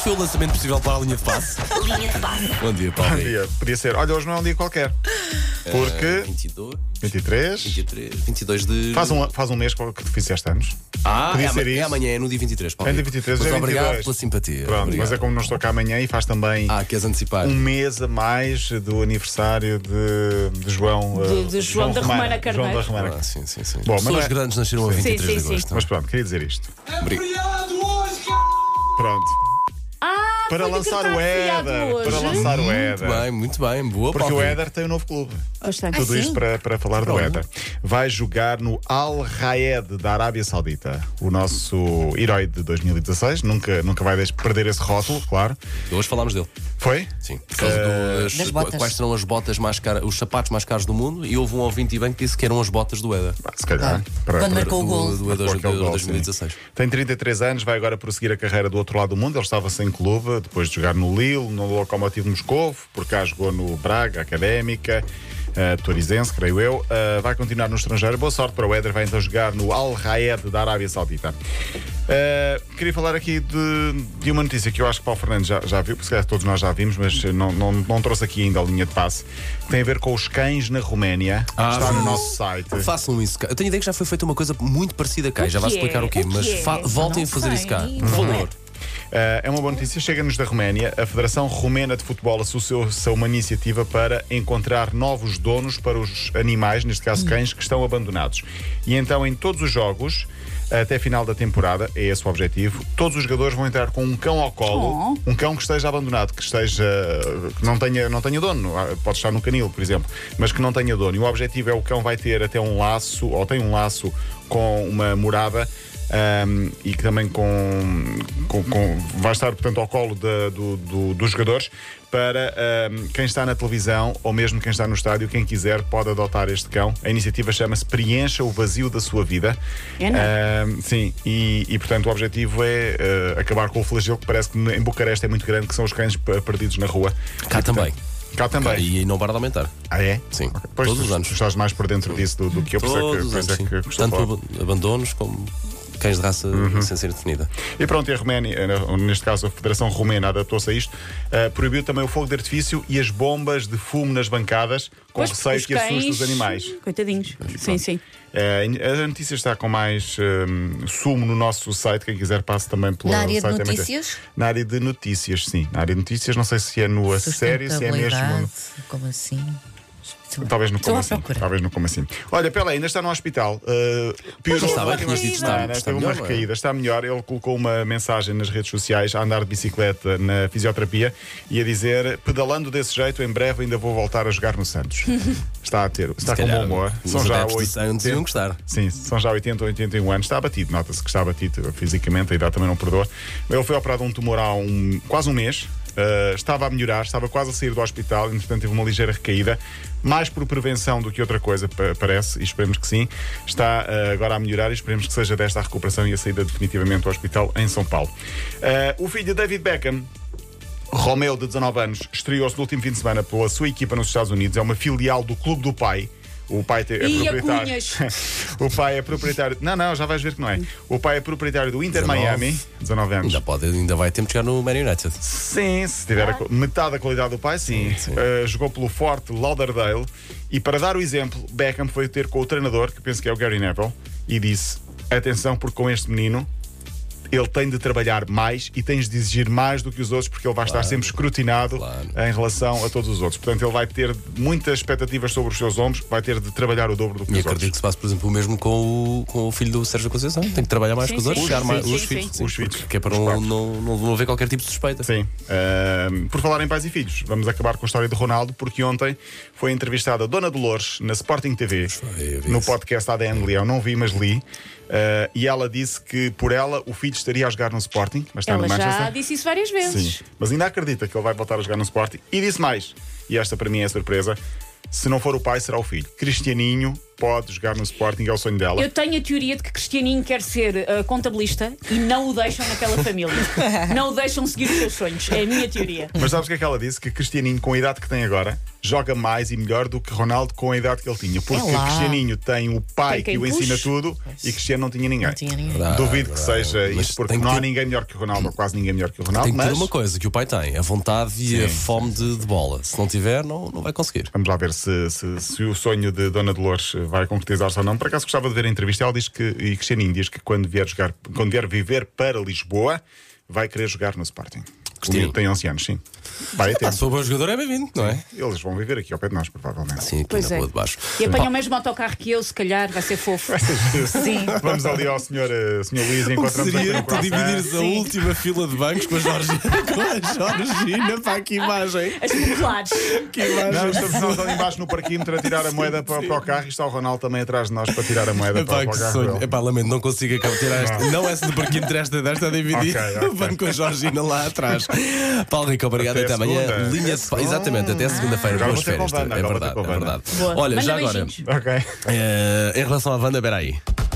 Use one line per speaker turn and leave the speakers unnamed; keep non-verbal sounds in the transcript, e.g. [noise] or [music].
foi o lançamento possível para a linha de
[laughs]
passe?
Linha de passe.
Bom dia, Paulo.
Bom [laughs] dia. Podia ser, olha, hoje não é um dia qualquer. Porque
22,
23.
23, 22 de.
Faz um, faz um mês que tu fizeste anos.
Ah,
podia
é, ama-
ser isso.
é amanhã, é no dia 23, Paulo.
É dia 23,
Mas
é
obrigado
22.
pela simpatia.
Pronto,
obrigado.
mas é como não estou cá amanhã e faz também
Ah, queres antecipar?
um mês a mais do aniversário de, de João. eh,
de João da Romana Carneiro.
João da Romana.
Ah, tá. sim, sim, sim.
Bom, mas
Pessoas
não é-
grandes nasceram a 23
Sim,
de
sim,
agosto.
Mas pronto, queria dizer isto.
Obrigado.
Pronto.
Ah,
Para
foi
lançar
decretado
o
feriado
Éder.
hoje.
Para lançar o
Muito
Éder.
bem, muito bem. Boa,
é. Porque o
Paulo.
Éder tem um novo clube.
Hoje
Ah,
está.
Tudo isto para, para falar do
Pronto.
Éder. Vai jogar no Al Raed da Arábia Saudita, o nosso herói de 2016. Nunca, nunca vai deix- perder esse rótulo, claro.
Hoje falámos dele.
Foi?
Sim, por causa do- das-
das botas.
quais serão as botas mais caras, os sapatos mais caros do mundo, e houve um ouvinte bem que disse que eram as botas do Eda.
Ah, se calhar. Para-
Quando
para-
marcou o gol.
Do, do Eda
Marcou
de
aquele é gol, sim.
2016.
Tem 33 anos, vai agora prosseguir a carreira do outro lado do mundo. Ele estava sem clube, depois de jogar no Lille, no Lokomotiv Moscovo, por cá jogou no Braga, Académica, uh, Torizense, creio eu. Ah, vai continuar no estrangeiro. Boa sorte para o Éder, vai então jogar no Al Raed da Arábia Saudita. Ah, queria falar aqui de, de uma notícia que eu acho que o Paulo Fernandes já, já viu, porque se calhar todos nós já vimos, mas não, não, não trouxe aqui ainda a linha de passe. Tem a ver com os cães na Roménia.
Ah,
Está no
sim.
nosso site.
Façam isso cá. Eu tenho ideia que já foi feita uma coisa muito parecida cá. e Já vai
que é?
explicar o quê,
O que
mas
é?
fa-
Não
voltem a fazer
sei.
isso cá.
Não
Por favor.
Uh, é uma boa notícia. Chega-nos da Roménia. A Federação Romena de Futebol associou-se a uma iniciativa para encontrar novos donos para os animais, neste caso cães, que estão abandonados. E então, em todos os jogos, até final da temporada, é esse o objetivo, todos os jogadores vão entrar com um cão ao colo, um cão que esteja abandonado, que esteja. que não tenha, não tenha dono. Ah, Pode estar no canil, por exemplo, mas que não tenha dono. E o objetivo é o cão vai ter até um laço, ou tem um laço com uma morada. Um, e que também com, com- com- vai estar portanto ao colo da- do- do- dos jogadores para um, quem está na televisão ou mesmo quem está no estádio, quem quiser pode adotar este cão. A iniciativa chama-se Preencha o Vazio da Sua Vida.
É, não é?
Um, sim, e, e, portanto o objetivo é uh, acabar com o flagelo que parece que em Bucareste é muito grande, que são os cães p- perdidos na rua.
Cá também.
Cá também.
E não para de aumentar.
Ah, é?
Sim.
Ok. Pois
Todos
tu,
os anos.
tu estás mais por dentro disso do, do que eu, por isso é que-
Todos os
por
anos,
isso é que
sim.
estou a
Tanto
falar. Uhum.
ab- abandonos como cães de raça sem ser definida.
E pronto, e a Roménia, eh, neste caso a Federação Romena, adaptou-se a isto, eh, proibiu também o fogo de artifício e as bombas de fumo nas bancadas, com
Pois,
receio
os
que assuste os animais.
Coitadinhos. Sim, sim.
Eh, a notícia está com mais eh, sumo no nosso site, quem quiser passe também pelo
Na área de
site. da MT.
notícias?
Na área de notícias, sim. Na área de notícias, não sei se é no a sério, se é mesmo. no-
Sustentabilidade, Como assim?
Talvez no
Estou
como
à
assim.
procura.
Talvez no como assim. Olha, Pela ainda está no hospital. eh, piorou.
está bem, tinhas dito, está-
Ah, não,
está
teve
melhor,
uma
não é?
recaída, está melhor. Ele colocou uma mensagem nas redes sociais a andar de bicicleta na fisioterapia e a dizer: pedalando desse jeito, em breve ainda vou voltar a jogar no
[laughs]
Santos. está a ter, está com bom humor. São já
adeptos de Santos iam gostar.
Sim, são já 80 ou 81 anos. Está abatido, nota-se que está abatido fisicamente, a idade também não perdoa. Ele foi operado de um tumor há um- quase um mês. Uh, estava a melhorar, estava quase a sair do hospital, entretanto teve uma ligeira recaída, mais por prevenção do que outra coisa, pa- parece, e esperemos que sim. Está uh, agora a melhorar e esperemos que seja desta a recuperação e a saída definitivamente do hospital em São Paulo. Uh, o filho de David Beckham Romeu, de 19 anos, estreou-se no último fim de semana pela sua equipa nos Estados Unidos. É uma filial do Clube do Pai. O pai te- [laughs] é
E a
proprietário.
cunhas.
o pai é proprietário. Não, não, já vais ver que não é. O pai é proprietário do Inter
19.
Miami, 19 anos.
Ainda, pode, ainda vai tempo de chegar no Man United.
Sim, se tiver a co- metade da qualidade do pai, sim.
Sim, sim.
Uh, jogou pelo forte Lauderdale. E para dar o exemplo, Beckham foi ter com o treinador, que penso que é o Gary Neville, e disse: Atenção, porque com este menino. Ele tem de trabalhar mais e tens de exigir mais do que os outros, porque ele vai estar sempre escrutinado
claro.
em relação a todos os outros. Portanto, ele vai ter muitas expectativas sobre os seus ombros, vai ter de trabalhar o dobro do que
E
os
acredito
outros.
que se passe, por exemplo, o mesmo com o, com o filho do Sérgio Conceição. Tem que trabalhar mais
Sim,
com os outros,
sim,
chegar
sim,
mais
sim,
os
sim,
filhos.
sim. Os filhos.
Porque é para
Os
não,
quatro.
não, não não haver qualquer tipo de suspeita.
Sim. Ahm, por falar em pais e filhos, vamos acabar com a história de Ronaldo, porque ontem foi entrevistada a Dona Dolores na Sporting TV,
eu vi
no
isso.
podcast ADN Leão. Não vi, mas li. Ah, e ela disse que por ela o filho estaria a jogar no Sporting, mas está
Ela
no Manchester.
já disse isso várias
Sim.
vezes.
Mas ainda acredita que ele vai voltar a jogar no Sporting. E disse mais, e esta para mim é a surpresa: se não for o pai, será o filho. Cristianinho pode jogar no Sporting, é o sonho dela.
Eu tenho a teoria de que Cristianinho quer ser ah, contabilista e não o deixam naquela
[laughs]
família. não o deixam seguir os seus sonhos. É a minha teoria.
Mas sabes o que é que ela disse? Que Cristianinho, com a idade que tem agora, joga mais e melhor do que Ronaldo com a idade que ele tinha. Porque
É lá.
Cristianinho tem o pai
Tem
que,
quem
o ensina
puxe.
tudo e Cristiano não tinha ninguém.
Não tinha ninguém.
Ah,
Duvido que
bravo.
seja
Mas
isso, porque
tem que
não há
ter-
ninguém melhor que o Ronaldo, ou quase ninguém melhor que o Ronaldo.
Tem que ter
Mas
uma coisa que o pai tem, a vontade e a fome de, de bola. Se não tiver, não, não vai conseguir.
vamos lá ver se, se- se o sonho de Dona Dolores vai concretizar-se ou não. Por acaso gostava de ver a entrevista. Ela diz que, e Cristianinho diz que quando vier, jogar, quando vier viver para Lisboa, vai querer jogar no Sporting. O
Cristianinho.
miúdo tem 11 anos, sim. Vai a
Ah,
tempo.
se for bom jogador, é bem-vindo, não é?
Eles vão viver aqui ao pé de nós, provavelmente.
Sim, aqui
Pois
na
é.
rua de baixo.
E apanha o mesmo autocarro que eu, se calhar, vai ser fofo. Sim.
Vamos ali ao senhor, eh, senhor Luís e
O que
encontramos aqui
seria
no
tu
croissant.
dividires a
Sim.
última fila de bancos com a
[laughs]
Georgina, com a Georgina para que imagem?
As populares.
Que imagem?
Não, estamos nós ali embaixo no parquímetro
[laughs]
a tirar a moeda para, para o carro e está o Ronaldo também atrás de nós para tirar a moeda
Epá,
para,
que
para o carro.
sonho.
dele.
Epá, lamento, não consigo acabar de tirar esta. Não é essa do parquinho desta, desta a dividir [laughs]
Ok, ok.
o banco com a Georgina lá atrás. Paulo Rico, obrigado
Até
até, amanhã.
segunda.
Linha de...
Segunda.
Exatamente, até segunda-feira.
Agora
Boas
vou ter
férias.
com a Wanda,
é
agora vou
verdade,
ter com a
é verdade.
Wanda.
Boa.
Olha,
Manda
já agora,
beijinhos.
Ok.
eh, em relação à Wanda, peraí.